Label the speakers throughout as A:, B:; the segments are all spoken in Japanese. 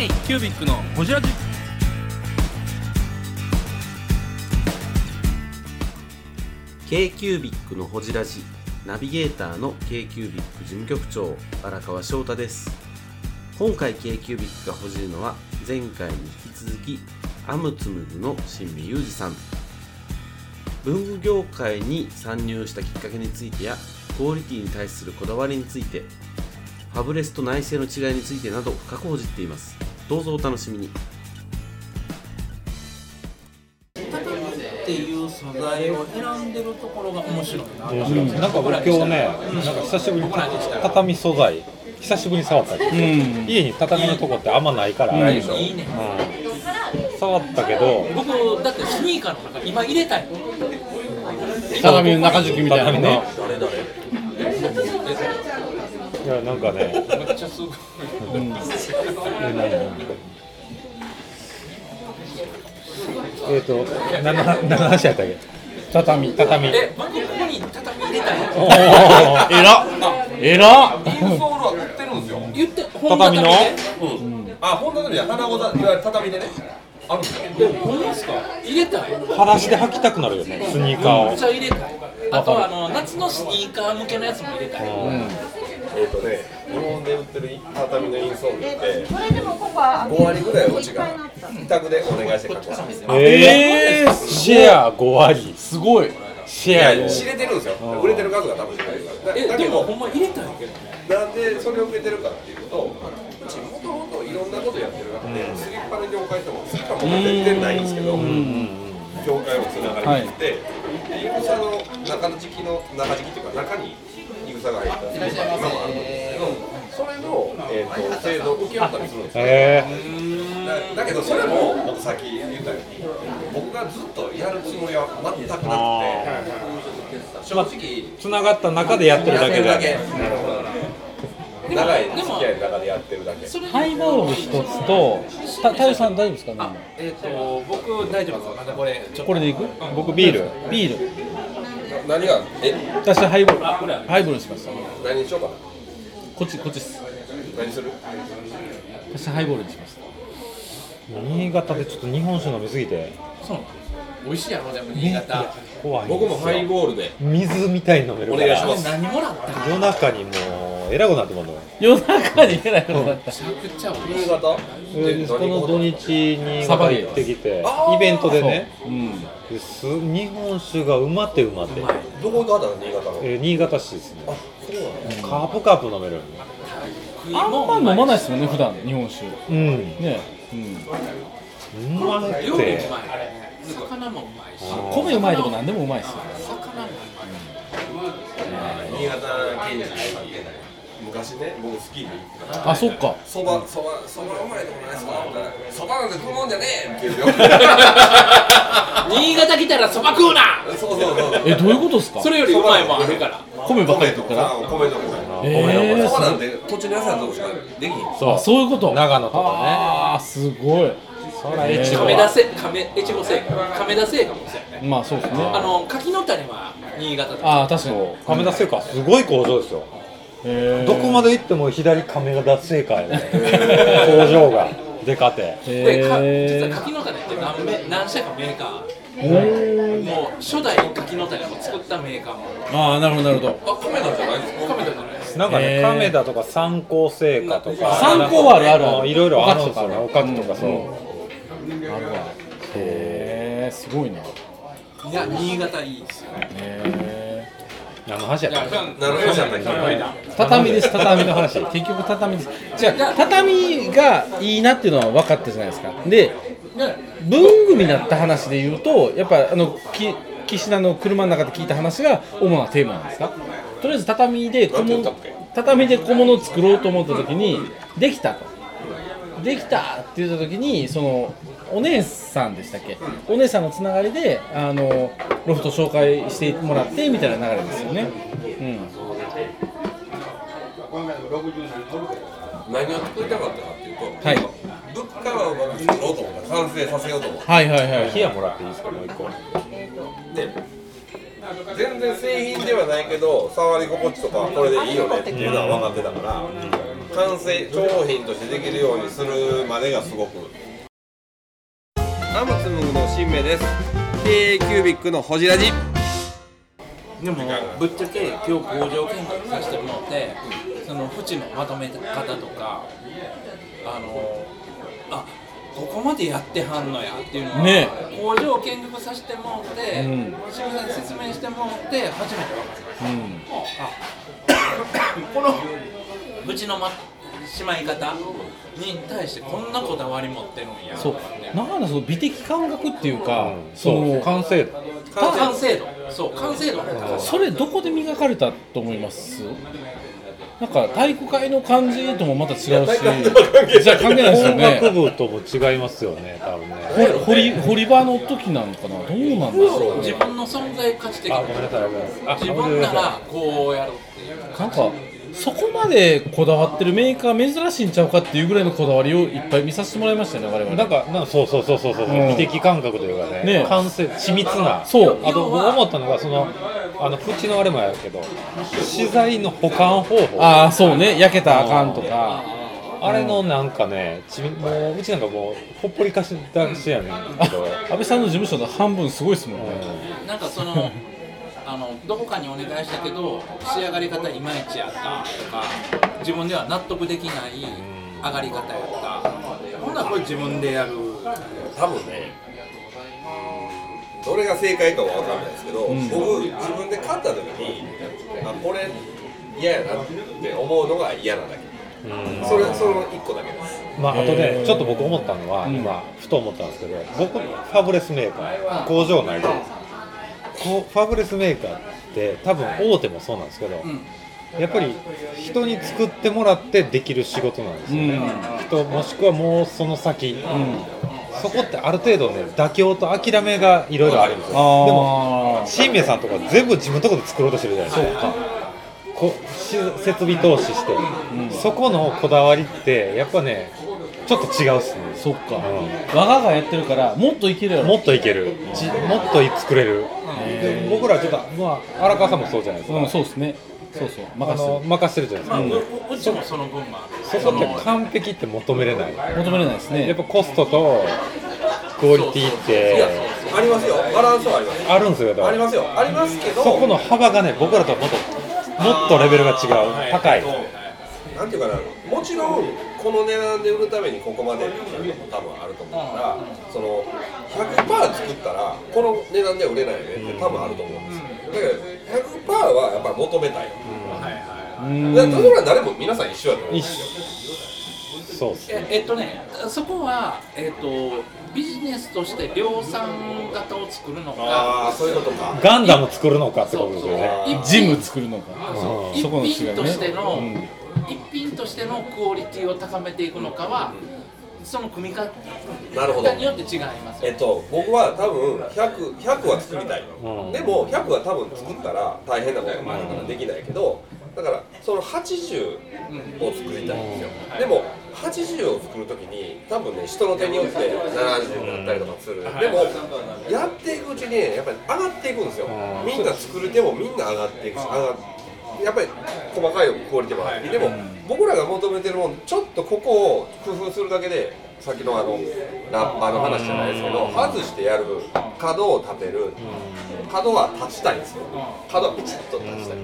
A: イキュービックのホジラジ
B: ー K-Cubic のほじラジナビゲーターの K-Cubic 事務局長荒川翔太です今回 K-Cubic がほじるのは前回に引き続きアムツムグの新美裕二さん文具業界に参入したきっかけについてやクオリティに対するこだわりについてファブレスと内製の違いについてなど深くほじっていますどうぞお楽しみに
C: 畳っていう素材を選んでるところが面白いなと
D: うんなんか僕今日ね、なんか久しぶりに畳素材、久しぶりに触ったけど、家に畳のとこってあんまないから、うん
C: いいね
D: 触ったけど、
C: 僕だってスニーカーの中今入れたい
E: 鏡の中敷きみたいな
D: 畳ね
E: ね、
D: いやなんかね、
C: めっちゃすごい
D: えっ、ー、と、7、7話やったっけ
E: 畳
D: 畳。お
C: え僕ここに畳入れたい
D: ー
E: えらえら
F: インソールは売ってるんですよ。
C: 言って本
D: 畳の
F: うん。あ、本当のや花子だ、いわゆる畳でね。あるんですよ。
C: ほんまっすか入れたいめっ
D: 裸足で履きたくなるよね、スニーカーを
C: ち。ゃ入れたいあとあの夏のスニーカー向けのやつも入れたい
G: えっ、とね、日本で売ってる畳のインソールって、
H: これでもここは
G: 5割ぐらいうちが委託でお願いして加工してます。
D: えー、シェア5割、
E: すごい
D: シ
G: い
D: ェア
G: や、知
D: 5
G: れてるんですよ。売れてる数が多分知れてるから。だ
C: え
G: だ
C: で
G: け
C: も
G: ど、
C: ほんま入れたいけどね
G: なんでそれを売れてるかっていうと、うちもともといろんなことやってる中で、スリッパの業界とも、スリッパも全然ないんですけど、業界をつながりに行って、で、イグサの中敷きの、中敷きっていうか、中にイグサが入ったスリッパが今もあるんですけど、それの、えー、と製造を請け負ったりするんですよ。
D: え
G: だだけどそれも僕さっき言ったように僕がずっとやるつもりは全くなくて正直
D: ー、つながった中でやってるだけ
G: やっ
D: だ
G: てる
D: よ
G: だ
D: ね。
G: け長い付き合いの中でやってるだけ
C: それ
E: ハイボール一つと、た太陽さん大丈夫ですかね
C: えっと僕大丈夫ですまたこれちょっ
E: これでいく
D: 僕ビール。
E: ビール
G: 何がえ
E: 私ハイボールハイボールにします
G: 何にしようかな
E: こっちこっちです
G: 何する
E: 私ハイボールにします
D: 新潟でちょっと日本酒飲みすぎて
C: とそう美味しいやろでも新潟
D: 怖いんですよ
G: 僕もハイボールで
D: 水みたいに飲めるから
G: お願いします
C: 何もらった
D: 夜中にもうえらくなってもんの
E: 夜中に出ないのだった
C: めちゃくちゃ美味し
G: 新
C: い
G: 潟
D: でこの土日に
E: サバゲー
D: 行ってきてイベントでね
E: うん
D: です日本酒がうまってうまって、
G: どこがだ新潟の
D: えー新潟市ですねカープカープ飲める
E: あんま飲まないですもんね普段日本酒
D: うん
E: ね
D: うまっ
C: 料理
D: て
C: うまい魚もうまいし
E: 米うまいとこ何でもうまいですよ
C: 魚もうまい
G: 新潟県人昔ね僕スキーで行ってた
E: あそっか
G: そばそばそばうまいとこないですかって言ったらそばなんて食うもんじゃねえって言う よ
C: 新潟来たらそば食うな
G: そうそうそう
E: えどういうことですか
C: それよりうまいもんあるから
E: 米ばっかりとか
G: 米とか米とか
E: えー
G: そばなんてこっちの野菜のとこしかできひん
D: そう
E: あそういうこと
D: 長野とか
E: ああすごい
D: ねそらえ
E: え
D: ち
E: ー
D: ご
C: 亀田製亀越後製菓亀田製菓もそうやね
E: まあそうですね
C: あの柿の種は新潟とか
E: ああ確かに
D: 亀田製菓すごい工場ですよ
E: え
D: ど
E: ー
D: こまで行っても左亀田製菓やね
E: へ
D: 工場がでかて
C: でか
E: え
C: 実は柿の種って何め何社かメーカーもう初代柿の種を作ったメーカーも
E: ああなるほどなるほど
C: あ亀田じゃないですか亀田じゃないです
D: なんかね、
E: へー
D: 亀田とか三幸製菓とか
E: 三幸はあるあるある
D: いろいろあるんですよねお
E: お
D: か
E: か
D: き
E: き
D: と
E: と
D: か
E: か
D: そ
E: そうう、へえすごいなへ
C: いや新潟いいですよ
E: え
D: 何の話やったの
G: なるほどじゃないか
E: 畳です畳の 話結局畳ですじゃあ畳がいいなっていうのは分かったじゃないですかで文具になった話で言うとやっぱあのき岸田の車の中で聞いた話が主なテーマなんですかとりあえず畳で小
G: なん
E: 物
G: て言った
E: 畳で小物を作ろうと思った時にできたとできたって言った時にそのお姉さんでしたっけお姉さんのつながりであのロフト紹介してもらってみたいな流れですよね、うん、
G: 何を作りたかったかっていうと、
E: はい
G: 物価はうまく作ろうと思った完成させようと思っ
E: はいはいはい
D: 冷やもらっていいですかもう一個
G: て全然製品ではないけど触り心地とかこれでいいよねっていうのは分かってたから完成商品としてできるようにするまでがすごくアムツムグの新名です経営キュービックのほじラジ
C: でもぶっちゃけ今日工場見学させてもらって、その縁のまとめ方とかあのあここまでやってはんのやっていうのは、
E: ね
C: 工場見学させてもらって、
E: うん
C: 清水さんに説明してもらって初めて分かった
E: うん
C: あ このうちの、ま、しまい方に対してこんなこだわり持ってるんや
E: そうなんだその美的感覚っていうか、そ
D: そう
E: の
D: 完成度
C: 完完成度そう完成度が高い
E: それどこで磨かれたと思いますなんか体育会の感じともまた違うしじゃあ関係ないですよ
D: 音楽
E: ね
D: 部とも違いますよね多分ね
E: ほ掘り掘り場の時なのかなどうなんだろう
C: 自分の存在価値的な
D: あごめんなさいごめんなさいあ
C: 自
D: ごめん
C: 分
D: な
C: な
D: さい
C: らこうやろうっていう
E: なんかそこまでこだわってるメーカー珍しいんちゃうかっていうぐらいのこだわりをいっぱい見させてもらいましたね我々
D: なんかなんかそうそうそうそうそう、
E: ん
D: 美的感覚というかね
E: ね
D: 完成緻密な
E: そう
D: あと僕思ったのがそのあの口のあれもやけど資材の保管方法あ
E: ああそうね焼けたらあかんとか
D: れのなんかねちもううちなんかもうほっぽりかしだしやねんけ ど、
E: 安倍さんの事務所の半分すごいですもんね
C: なんかその あのどこかにお願いしたけど仕上がり方いまいちやったとか自分では納得できない上がり方やったほんならこれ自分でやる
G: 多分ねどれが正解かは分かんないですけど、僕自分で買った時にあこれ嫌やなって思うのが嫌なだけそれその1個だけです
D: まあ、あとでちょっと僕思ったのは、今ふと思ったんですけど僕ファブレスメーカー工場内でこうファブレスメーカーって多分大手もそうなんですけど、やっぱり人に作ってもらってできる仕事なんですよね、人もしくはもうその先、そこってある程度ね妥協と諦めがいろいろあるんですよでも新明さんとか全部自分のところで作ろうとしてるじゃないですかこし設備投資して、そこのこだわりってやっぱねちょっと違うっすね
E: そっ
D: う
E: か我ががやってるからもっといけるやろ
D: もっといけるじもっと作れるで僕らちょっと、まあ、荒川さんもそうじゃないですか、
E: うんそうですねそうそう
D: あ
E: 任せて
D: の任せてるじゃない
C: ま
D: ですか、
C: あ、ううちもその分もある
D: そこって完璧って求めれない
E: 求めれないですね
D: やっぱコストとクオリティっ
G: いや
D: て
G: ありますよバランスはあります
D: あるんですよだ
G: あ
D: か
G: り
D: ら
G: ますよありますけど
D: そこの幅がね僕らとはもっともっとレベルが違う高い
G: なんていうかなもちろんこの値段で売るためにここまでっていうのも多分あると思うからその100%作ったらこの値段では売れないよねって多分あると思うんですよだけど100%はやっぱり求めたいよだからそれは誰も皆さん一緒やと思うん
D: 一
G: ですよ
D: 緒そうっす
C: え
D: ね
C: えっとねそこは、えっと、ビジネスとして量産型を作るのか
G: ああそういうことか
D: ガンダム作るのかってこ
C: そ
D: と
C: う
D: です
C: そう
D: よね
C: 一品
E: ジム作るのか
C: そう
E: そこの違いね
C: 一品としての、
E: うん
C: 一品としてのクオリティを高めていくのかは、その組み方
G: なるほど
C: によって違います
G: え
C: よ
G: っと、僕は多分100 100は作りたい、
D: ん
G: でも100は多分作ったら大変なこともあるからできないけどだからその80を作りたいんですよ、でも80を作るときに多分ね人の手によって70になったりとかする、でもやっていくうちにねやっぱり上がっていくんですよ、
D: うん
G: みんな作る手もみんな上がっていくし上がやっぱり細かいクオリティもあってでも僕らが求めてるもんちょっとここを工夫するだけでさっきのあのラッパーの話じゃないですけど外してやる角を立てる角は立ちたいんですよ角はピチッと立ちたい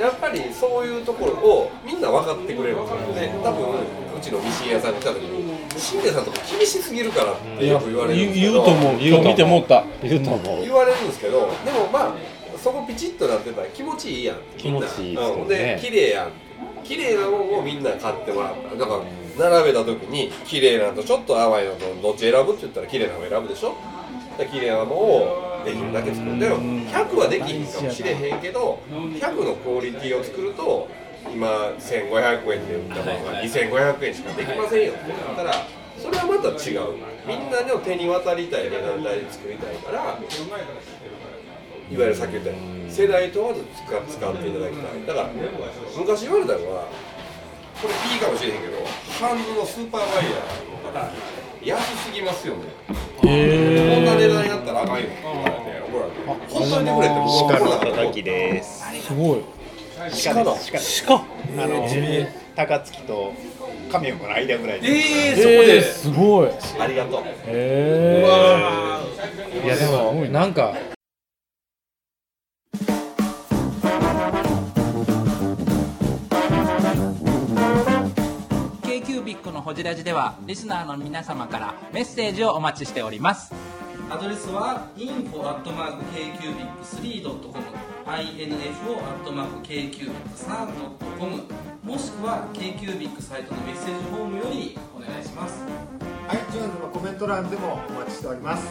G: やっぱりそういうところをみんな分かってくれるんですよね多分うちのミシン屋さんに来た時に「新兵さんとか厳しすぎるから」ってよく言われるん
E: 言う言う
G: ですけど
E: と思う今日見て思った
D: いると思う
G: 言われるんですけどでもまあそこピチッとなってたら気持ちいいやんみんな
D: 気持ちいいですよね
G: うん、で綺麗やん綺麗なもんをみんな買ってもらっただから並べた時に綺麗なのとちょっと甘いのとどっち選ぶって言ったら綺麗なの選ぶでしょで綺麗なもんをできるだけ作るでも100はできひんかもしれへんけど100のクオリティを作ると今1500円で売ったものが2500円しかできませんよってなったらそれはまた違うみんなの手に渡りたい値段帯で作りたいからいわゆるさっき言ったように世代問わず使使っていただきたいだから昔言われたのはこれいいかもしれへんけどハンドのスーパーバイヤーの方安すぎますよねこんな値段やったらあかんよって言われて怒られてほっといてくれって僕は思う
A: たたきです。
E: すごい
A: 鹿だ鹿です
E: 鹿
A: あの高槻と神岡の間ぐらいで
F: ええそこ
E: えー、
F: です
E: ごい
F: ありがとう
E: えー、いやでもなんか
C: ー KQBIC のホジラジではリスナーの皆様からメッセージをお待ちしております
H: アドレスは info.kcubic3.com info.kcubic3.com もしくは KQBIC サイトのメッセージフォームよりお願いします
I: iTunes のコメント欄でもお待ちしております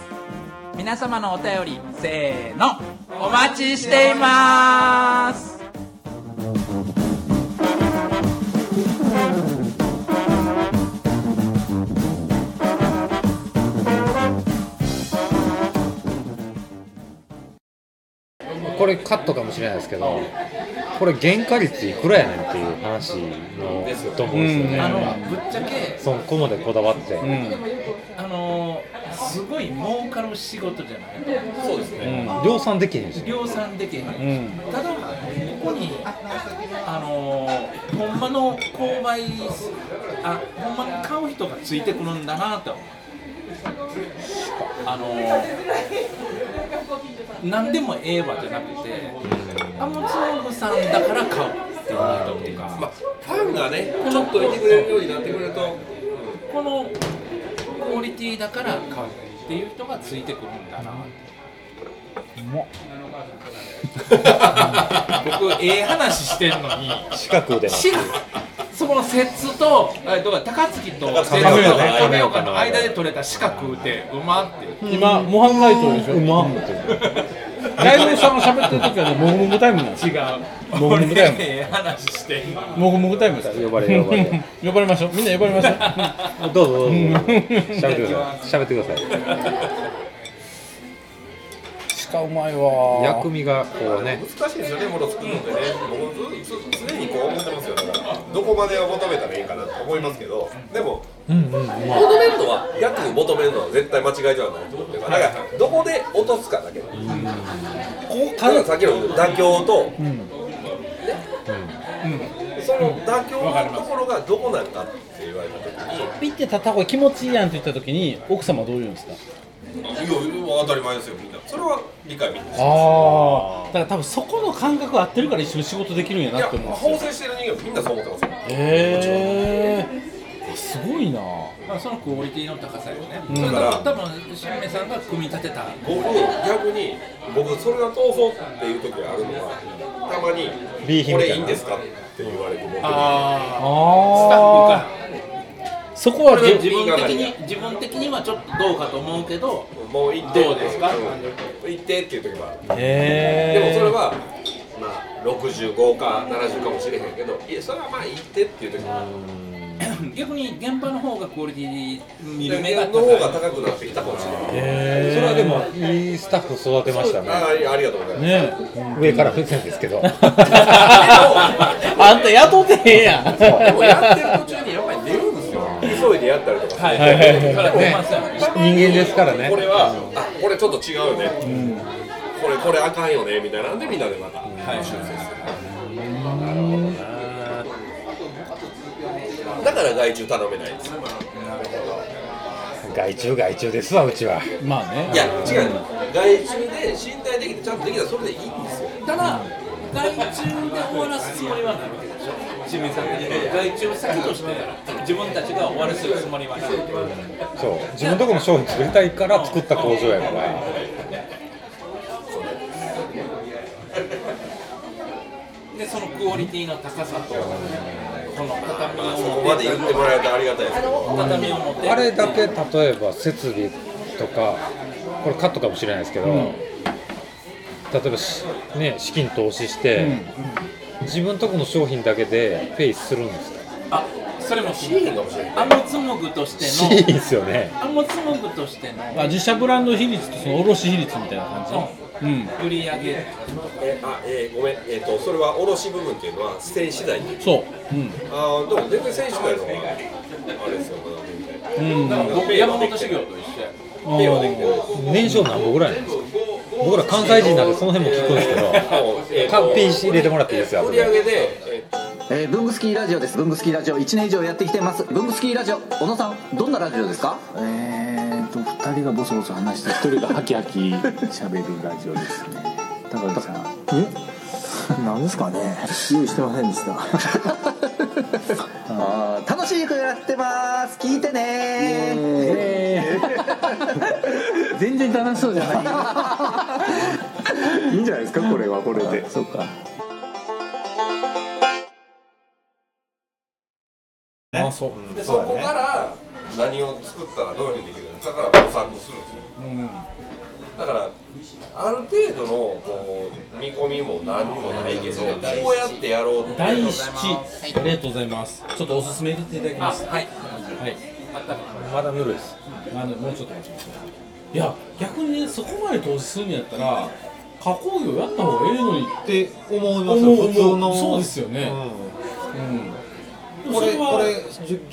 C: 皆様のお便りせーのお待ちしています
D: これカットかもしれないですけどこれ原価率いくらやねんっていう話のと思うんですよね、
C: あのぶっちゃけ
D: そこまでこだわって、
C: あのすごい儲かる仕事じゃないそうですね
D: 量産できへんし
C: 量産できへん、ただここにあのー、ほんまの購買あほんまに買う人がついてくるんだなと思うあのー、何でもええわじゃなくてアムツオグさんだから買うっていう人とか、
F: まあ、ファンがね、ちょっといてくれるようになってくれると、
C: このクオリティだから買うっていう人がついてくるんだなって僕ええ話してんのに
D: 四角でな
C: しそこの節とあどうだ高槻と節と
D: 亀岡ね
C: 亀岡の間で取れた四角ってうまって
E: 今模範解答でしょうま大悟さんが喋ってる時はねもぐもぐタイムなんです
C: 違
E: よ
C: う
E: 僕
C: 俺
E: みたいな
C: ええ話してんの
E: もぐもぐタイムです
D: 呼ばれる呼ばれる
E: 呼ばれましょうみんな呼ばれましょう
D: どうぞどうぞ喋ってください喋ってください
E: 鹿うまいわ
D: 薬味がこうね
G: 難しいですよね、もの作るのでね、もうずず常にこう思ってますよ、だから、どこまでを求めたらいいかなと思いますけど、でも、
F: 求めるのは、役に求めるのは絶対間違いではないと思ってるから、だから、どこで落とすかだけ、こうたださっきの妥協と、ねその妥協のところがどこなんかって言われたときに、
E: ピッて立った方が気持ちいいやんって言った時に奥様はどう言うんですか
G: いや、当たり前ですよ、みんな、それは理解みんなしてます
E: ああだから多分そこの感覚合ってるから一緒に仕事できるんや
G: い
E: な
G: や、
E: って思うんです
G: 法
E: よ
G: 制してる人間はみんなそう思ってますよ。
E: へえすごいな
C: まあそのクオリティの高さよね、
E: ん
C: それから多分しめさんが組み立てた
G: 僕逆に僕それがどうぞっていう時があるのはたまに「
D: B 品み
G: こ
D: たいない
G: れいんですか?」って言われて僕
E: あ
C: あ
E: あそこは
C: これ自
E: げ
C: 分的に自分的にはちょっとどうかと思うけど
G: もう行って
C: どうですか
G: うん行ってっていう時もあるでも
E: へ
G: それ
E: え
G: はまあ65か70かもしれへんけどいやそれはまあ行ってっていう時もある
C: 逆に現場の方がクオリティ見る目
G: で
C: が
G: の
C: 高
G: 方
C: い
G: が高くなってきたかもしれない
D: それはでもいいスタッフ育てましたね
G: ああありがとうございます
E: ね
D: 上から目線です けど
E: あんた雇ってへんやん
G: でもやってる途中にやっぱり寝るんですよ急いでやったりとかして
E: はいはいはい
C: だからほんまそうやね
D: 人間ですからね
G: これは、あこれちょっと違うよね、これこれあかんよねみたいなんでみんなでまた修正する、だから外注頼めないんですよ
D: 害虫害虫ですわうちは
E: まあね
G: いや違う外注で信頼できてちゃんとできたらそれでいいんですよ
C: ただ外注で終わらすつもりはないわけでしょしめさん的に外注先として自分たちが終わらすつもりはない
D: そう自分のところの商品作りたいから作った工場やから
C: でそのクオリティの高さとこの畳を
G: そ
C: 持
G: こ
C: っ
G: ま
C: て
G: で言ってもらえたらありがたいですけど
C: 畳を持って
D: あれだけ例えば設備とかこれカットかもしれないですけど、例えばし、ね、資金投資して、自分とこの商品だけでペイするんですか
C: あそれもシーンかもしれないアムツモグとして
D: し
C: の
D: いですよね
C: アムツモグとしての
E: あ自社ブランド比率とその卸比率みたいな感じうん
C: 売り上げ
G: えあえーごめん、えー、とそれは卸部分っていうのは選手次第で
E: そううん
G: あーでも全然選手次第の方があれですよ学びみたいな
E: うん
C: だから僕山本修行と一
G: ペイはできてない
D: 年商何個ぐらいなんですか僕ら関西人なんでその辺も聞くんですけど
G: もうえー
D: ピー入れてもらっていいですよ
G: 売り上げで、えっと
J: えー、文具スキーラジオです文具スキーラジオ1年以上やってきてます文具スキーラジオ小野さんどんなラジオですかえーと2人がボソボソ話して1人がハキハキ喋るラジオですね高木さんえなんですかね用意してませんでした あー楽しい曲やってます聞いてね 全然楽しそうじゃないいいんじゃないですかこれはこれでそうか
E: あそう
G: でそこから何を作ったらどういうふうにできるのかだから模索するんですよ、だからある程度のこう見込みも何もないけどこうやってやろうって
E: 第7ありがとうございますちょっとおすすめ入れていただきますはいはい
D: まだぬるいです
E: あのもうちょっと待ってくださいいや逆にねそこまで投資するんやったら加工業やった方がええの
D: っ
E: に
D: て思います
E: 思う思う
D: 普通の
E: そうですよね
D: うんこれこれ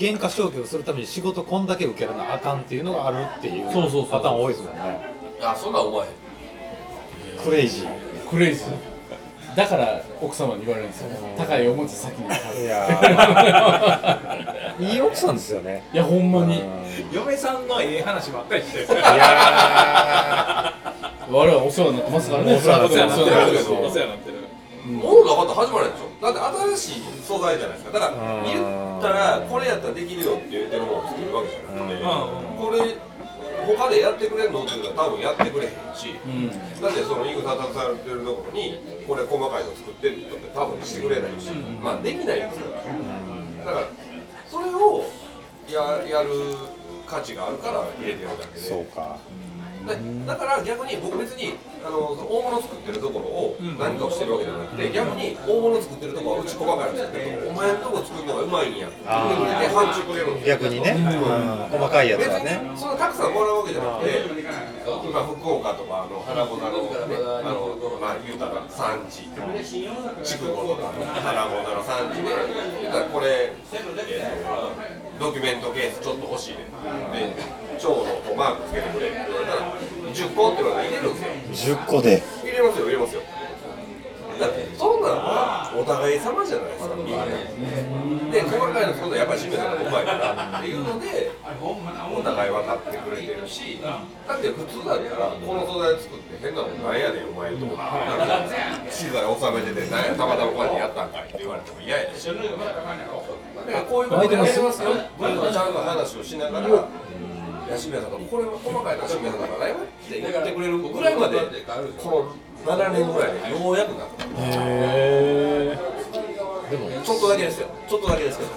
D: 原価償却するために仕事こんだけ受けるなあかんっていうのがあるっていう
E: そうそうそう
D: パターン多いですもんね
G: あそんなんお前
D: クレイジ
E: クレイジーだから奥様に言われるんですよ高いおもちゃ先に買う
D: い
E: い
D: やーいい奥さんですよね
E: いやほんまに
C: 嫁さんのええ話ばっかりしてる
D: いや
E: 我々はお世話になってますからね
D: お世話になってます
E: お世話になってます
C: お世話になってる
G: ものがまた始まらないでしょだって新しい素材じゃないですかだから
D: うん
G: 言ったらこれやったらできるよって言ってるものを作るわけじゃなくて、これ他でやってくれんのって言うたら多分やってくれへんし、だってその井口さんされてるところにこれ細かいの作ってる人って多分してくれないし、まあできないですから、だからそれをややる価値があるから入れてるだけで
D: そうか
G: だだから逆に僕別にあの大物作ってるところを何かをしてるわけじゃなくて、逆に大物作ってるところはうち小ばかり作ってるとこお前のとこ作るのがうまいんやって範疇くれるんですよ
D: 逆にね、うん細かいやつ
G: 別
D: は
G: に
D: ね
G: そんなたくさんもらうわけじゃなくて今福岡とかあの花子だのねあのまあ言うたら産地筑後とか花子だの産地で言うたらこれ、えードキュメントケースちょっと欲しいねで蝶のこうマークつけてくれって言われたら10個っていうのが入れるんですよ
A: 10個で
G: 入れますよ入れますよだってそんなのはお互い様じゃないですかみんなで細かいのそんなやっぱり清水さんがうまいからっていうのでお互い分かってくれてるしだって普通だったらこの素材作って変なもんなんやねんお前とかなんか資材収めててなんやたまたまこうやってやったんかいって言われても嫌やしだからこういうことでやりますよちゃんと話をしながらいや清水さんとこれは細かいな清水さんだからよって言ってくれるぐらいまでこの7年ぐらいでようやくなったちょっとだけですよちょっとだけですけど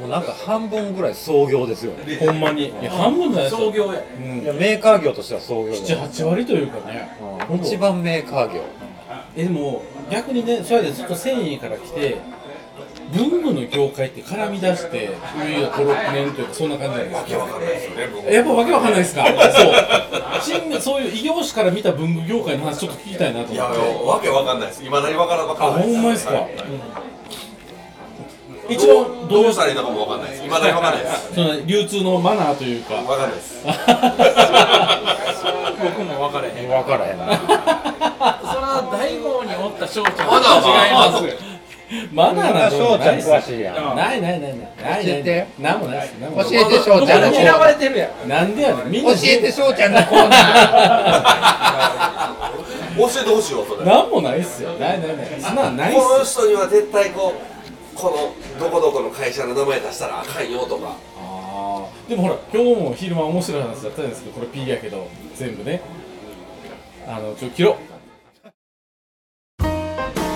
D: もうなんか半分ぐらい創業ですよね
E: ほんまにいや半分じゃないですか
C: 創業や
D: いやメーカー業としては創業
E: 7、8割というかね、本当
D: 一番メーカー業
E: えでも逆にねそれでずっと繊維から来て文具の業界って絡み出して56年というかそんな感じじゃないですかやっぱわけわかんないですかそう新そういう異業種から見た文具業界の話ちょっと聞きたいなと
G: い
E: 思
G: や
E: っ
G: あ
E: て
G: のわけわかんないです。いまだにわからわか
E: あ
G: んな
E: ほ
G: い
E: んまですか、
G: はい
E: うん一応ど
G: どう
E: う
G: したらいいのかもわかんないです。いまだにわかんないです。
E: その流通のマナーというか
G: わかんないです。
C: 僕も分からへん
D: 分からへんな
C: それは大号におった省庁
G: まだま
C: 違います
E: マナーなんてことないです
D: 翔
E: よ
D: ちゃん詳しいやん
E: ないないないないないない
J: 教えて
E: なんもないですなんもない
J: 教えて翔ちゃんのコーナー
E: れてるやんなんでやねんみんな
J: 教えて翔ちゃんの コーナ
E: な
G: 教えてほしいわ、それ。こ
E: んもないっすよ。ないないない。そんなんないっ
G: の
E: す
G: 人には絶対こう、このどこどこの会社の名前出したらあかんよとか。
E: あーでもほら、今日も昼間面白い話だったんですけど、これ P やけど、全部ね。あの、ちょ、切ろう。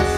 H: す